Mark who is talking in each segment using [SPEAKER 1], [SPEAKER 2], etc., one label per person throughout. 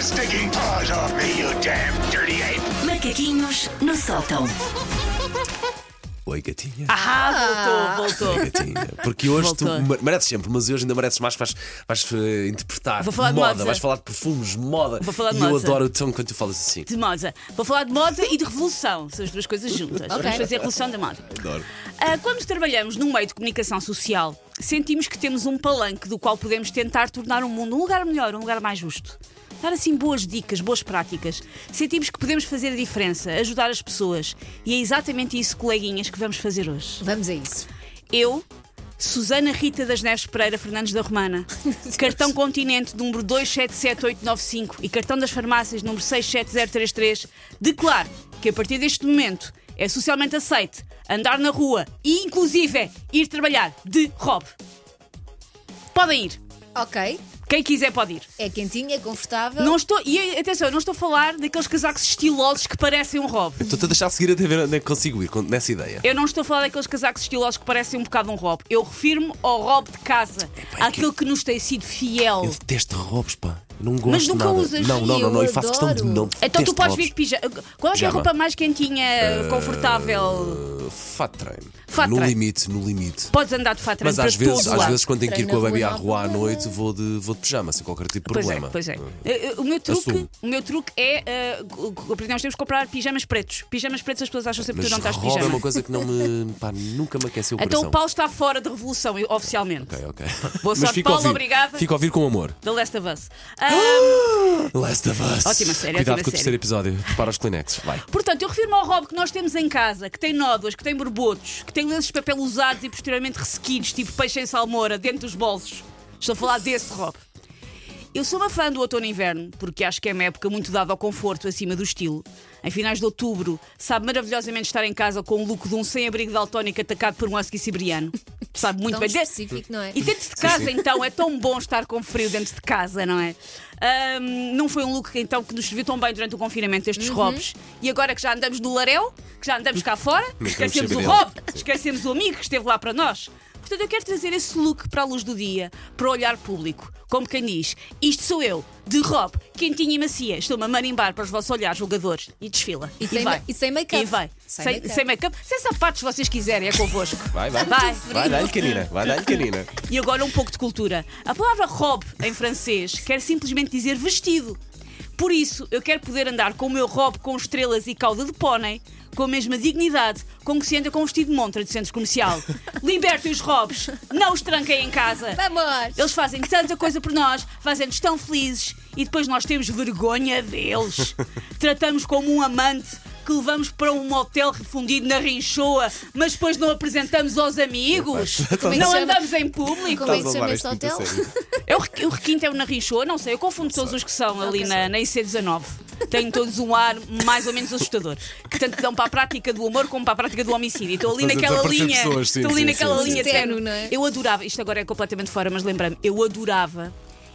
[SPEAKER 1] sticking paws off me, you damn dirty ape!
[SPEAKER 2] Macaquinhos no sótão.
[SPEAKER 3] Oi, gatinha.
[SPEAKER 4] Ah, voltou, voltou.
[SPEAKER 3] Oi, gatinha. Porque hoje
[SPEAKER 4] Voltou.
[SPEAKER 3] tu mer- mereces sempre, mas hoje ainda mereces mais. Vais, vais eh, interpretar
[SPEAKER 4] Vou falar de
[SPEAKER 3] moda,
[SPEAKER 4] moda.
[SPEAKER 3] vais falar de perfumes, moda.
[SPEAKER 4] Vou falar de
[SPEAKER 3] e eu
[SPEAKER 4] moda.
[SPEAKER 3] adoro o tom quando tu falas assim.
[SPEAKER 4] De moda. Vou falar de moda e de revolução. São as duas coisas juntas. Vamos fazer a revolução da moda.
[SPEAKER 3] Adoro.
[SPEAKER 4] Ah, quando trabalhamos num meio de comunicação social, sentimos que temos um palanque do qual podemos tentar tornar o mundo um lugar melhor, um lugar mais justo. Dar assim boas dicas, boas práticas. Sentimos que podemos fazer a diferença, ajudar as pessoas. E é exatamente isso, coleguinhas, que vamos fazer hoje.
[SPEAKER 5] Vamos a isso.
[SPEAKER 4] Eu, Susana Rita das Neves Pereira Fernandes da Romana, cartão Continente número 277895 e cartão das farmácias número 67033, declaro que a partir deste momento é socialmente aceite andar na rua e, inclusive, ir trabalhar de robe. Podem ir.
[SPEAKER 5] Ok.
[SPEAKER 4] Quem quiser pode ir.
[SPEAKER 5] É quentinho, é confortável.
[SPEAKER 4] Não estou, e atenção, eu não estou a falar daqueles casacos estilosos que parecem um robe.
[SPEAKER 3] Estou-te a deixar seguir até ver onde é que consigo ir com- nessa ideia.
[SPEAKER 4] Eu não estou a falar daqueles casacos estilosos que parecem um bocado um robe. Eu refiro-me ao robe de casa.
[SPEAKER 3] Epá, é
[SPEAKER 4] Aquele que nos tem sido fiel.
[SPEAKER 3] Eu detesto robes, pá. Eu não gosto
[SPEAKER 4] nunca
[SPEAKER 3] nada.
[SPEAKER 4] usas.
[SPEAKER 3] Não, não, não, não.
[SPEAKER 5] Eu
[SPEAKER 3] E faço questão de
[SPEAKER 5] adoro.
[SPEAKER 3] não.
[SPEAKER 4] Então tu
[SPEAKER 3] detesto
[SPEAKER 4] podes
[SPEAKER 3] robes.
[SPEAKER 4] vir de pijama. Qual é que é
[SPEAKER 3] Pijama.
[SPEAKER 4] a
[SPEAKER 3] Eh,
[SPEAKER 4] roupa mais quentinha, confortável?
[SPEAKER 3] Uh, Fat train.
[SPEAKER 4] Fat
[SPEAKER 3] no
[SPEAKER 4] train.
[SPEAKER 3] limite, no limite.
[SPEAKER 4] Podes andar de fato
[SPEAKER 3] Mas
[SPEAKER 4] para
[SPEAKER 3] às vezes,
[SPEAKER 4] todo
[SPEAKER 3] às
[SPEAKER 4] lado.
[SPEAKER 3] vezes, quando tenho que ir com a
[SPEAKER 5] Treino
[SPEAKER 3] Baby à
[SPEAKER 5] na
[SPEAKER 3] rua à
[SPEAKER 5] rua.
[SPEAKER 3] noite, vou de, vou de pijama, sem qualquer tipo de
[SPEAKER 4] Pois é,
[SPEAKER 3] problema.
[SPEAKER 4] pois é. Eh, O meu truque,
[SPEAKER 3] Assumo.
[SPEAKER 4] o meu truque é. eh, co- co- nós temos que comprar pijamas pretos. Pijamas pretos as pessoas acham sempre
[SPEAKER 3] Mas
[SPEAKER 4] que tu não estás de
[SPEAKER 3] robe é
[SPEAKER 4] pijama.
[SPEAKER 3] uma coisa que não me, pá, nunca me aqueceu o
[SPEAKER 4] Então
[SPEAKER 3] coração.
[SPEAKER 4] o Paulo está fora de revolução, eu- oficialmente.
[SPEAKER 3] Ok, ok.
[SPEAKER 4] Boa
[SPEAKER 3] Mas
[SPEAKER 4] sorte,
[SPEAKER 3] fico a
[SPEAKER 4] Paulo,
[SPEAKER 3] ouvir.
[SPEAKER 4] obrigada.
[SPEAKER 3] Fico a ouvir com amor.
[SPEAKER 4] The Last of Us. Ah,
[SPEAKER 3] Last of Us.
[SPEAKER 4] Ótima série,
[SPEAKER 3] Cuidado
[SPEAKER 4] ótima
[SPEAKER 3] com o terceiro
[SPEAKER 4] série.
[SPEAKER 3] episódio. Prepara os Kleenex. Vai.
[SPEAKER 4] Portanto, eu refiro-me ao robe que nós temos em casa, que tem nódoas, que tem borbotos, que tem lenços de papel usados e posteriormente ressequidos, tipo peixe em salmoura, dentro dos bolsos. Estou a falar desse robe. Eu sou uma fã do outono e inverno, porque acho que é uma época muito dada ao conforto acima do estilo. Em finais de outubro, sabe maravilhosamente estar em casa com o look de um sem-abrigo daltónico atacado por um husky siberiano. Sabe muito
[SPEAKER 5] Tão
[SPEAKER 4] bem.
[SPEAKER 5] específico, não é?
[SPEAKER 4] E dentro de casa, então, é tão bom estar com frio dentro de casa, não é? Ahm, não foi um look então que nos serviu tão bem durante o confinamento estes
[SPEAKER 5] Uhum.
[SPEAKER 4] robes. E agora que já andamos no Larel, que já andamos cá fora,
[SPEAKER 3] Nunca vamos
[SPEAKER 4] esquecemos o
[SPEAKER 3] saber
[SPEAKER 4] Rob,
[SPEAKER 3] dele. Sim.
[SPEAKER 4] esquecemos o amigo que esteve lá para nós. Portanto, eu quero trazer esse look para a luz do dia, para o olhar público. Como quem diz, isto sou eu, de Rob, quentinha e macia, estou-me a marimbar para os vossos olhares julgadores. E desfila.
[SPEAKER 5] E sem
[SPEAKER 4] vai.
[SPEAKER 5] ma- e sem make-up.
[SPEAKER 4] E vai.
[SPEAKER 5] Sem
[SPEAKER 4] Sem
[SPEAKER 5] make-up.
[SPEAKER 4] sem make-up. Sem, sapatos, se vocês quiserem, é convosco.
[SPEAKER 3] Vai, vai.
[SPEAKER 4] Vai.
[SPEAKER 3] Vai, dá-lhe canina. Vai, dá-lhe canina.
[SPEAKER 4] E agora um pouco de cultura. A palavra robe em francês quer simplesmente dizer vestido. Por isso, eu quero poder andar com o meu robe com estrelas e cauda de pônei, com a mesma dignidade com que se anda com um vestido de montra de centro comercial. Libertem os robes, não os tranquem em casa.
[SPEAKER 5] Vamos!
[SPEAKER 4] é Eles fazem tanta coisa por nós, fazem-nos tão felizes e depois nós temos vergonha deles. Tratamos como um amante que levamos para um motel refundido na Rinchoa, mas depois não apresentamos aos amigos.
[SPEAKER 5] Como é que
[SPEAKER 4] Não
[SPEAKER 5] se chama?
[SPEAKER 4] andamos em público.
[SPEAKER 5] Como é que
[SPEAKER 3] Estás
[SPEAKER 5] se
[SPEAKER 3] a levar
[SPEAKER 5] chama
[SPEAKER 3] isto
[SPEAKER 5] este
[SPEAKER 3] muito
[SPEAKER 5] hotel?
[SPEAKER 3] a sério.
[SPEAKER 4] Eu, o requinte é o na Rinchoa, não sei, eu confundo todos os que são ali
[SPEAKER 5] Ok.
[SPEAKER 4] na, na IC19. Têm todos um ar mais ou menos assustador. Que tanto dão para a prática do amor como para a prática do homicídio. Estou ali
[SPEAKER 3] Fazer
[SPEAKER 4] naquela
[SPEAKER 3] desaparecer
[SPEAKER 4] linha.
[SPEAKER 3] pessoas, sim,
[SPEAKER 4] estou ali
[SPEAKER 3] sim,
[SPEAKER 4] naquela
[SPEAKER 3] sim,
[SPEAKER 4] linha
[SPEAKER 5] sim.
[SPEAKER 4] ténue.
[SPEAKER 5] Ténue, não é?
[SPEAKER 4] Eu adorava, isto agora é completamente fora, mas lembrei-me, eu adorava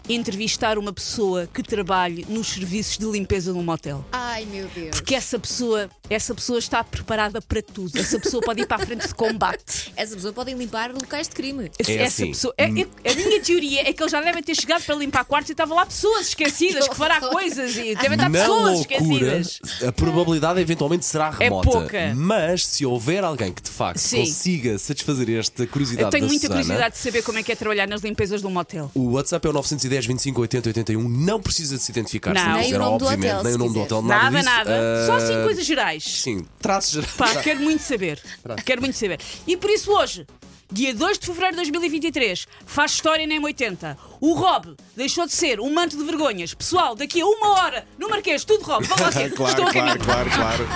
[SPEAKER 4] entrevistar uma pessoa que trabalhe nos serviços de limpeza de um motel.
[SPEAKER 5] Ai, meu Deus.
[SPEAKER 4] Porque essa pessoa, essa pessoa está preparada para tudo. Essa pessoa pode ir para a frente de combate.
[SPEAKER 5] Essa pessoa podem limpar locais de crime.
[SPEAKER 4] Esse-
[SPEAKER 3] É
[SPEAKER 4] essa
[SPEAKER 3] assim.
[SPEAKER 4] pessoa- é- é- a minha teoria é que eles já devem ter chegado para limpar quartos e estavam lá pessoas esquecidas que fará coisas e devem
[SPEAKER 3] Na
[SPEAKER 4] estar pessoas
[SPEAKER 3] loucura,
[SPEAKER 4] esquecidas. É
[SPEAKER 3] a probabilidade eventualmente será remota.
[SPEAKER 4] pouca.
[SPEAKER 3] Mas se houver alguém que de facto
[SPEAKER 4] Sim.
[SPEAKER 3] consiga satisfazer esta curiosidade
[SPEAKER 4] Eu tenho
[SPEAKER 3] da
[SPEAKER 4] muita
[SPEAKER 3] Susana,
[SPEAKER 4] curiosidade de saber como é que é trabalhar nas limpezas de um motel.
[SPEAKER 3] O WhatsApp é o 910 25 80 81. Não precisa de se identificar, se
[SPEAKER 4] Não. Nem o
[SPEAKER 3] quiser,
[SPEAKER 5] nome do
[SPEAKER 3] obviamente.
[SPEAKER 5] hotel,
[SPEAKER 3] nem o
[SPEAKER 5] se
[SPEAKER 3] nome do
[SPEAKER 5] quiser.
[SPEAKER 3] hotel, nada
[SPEAKER 4] Nada,
[SPEAKER 3] disso.
[SPEAKER 4] nada. Só assim
[SPEAKER 3] Ah,
[SPEAKER 4] coisas gerais.
[SPEAKER 3] Sim, traços gerais.
[SPEAKER 4] Pá, quero muito saber. Quero muito saber. E por isso hoje, dia 2 de fevereiro de 2023, faz história na M80. O Rob deixou de ser um manto de vergonhas. Pessoal, daqui a uma hora, no Marquês, tudo Rob. Vão vocês. Estou a caminho.
[SPEAKER 3] Ah, claro, claro.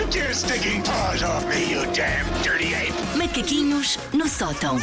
[SPEAKER 1] Take your sticking paws off me, you damn dirty ape!
[SPEAKER 2] Macaquinhos no sótão.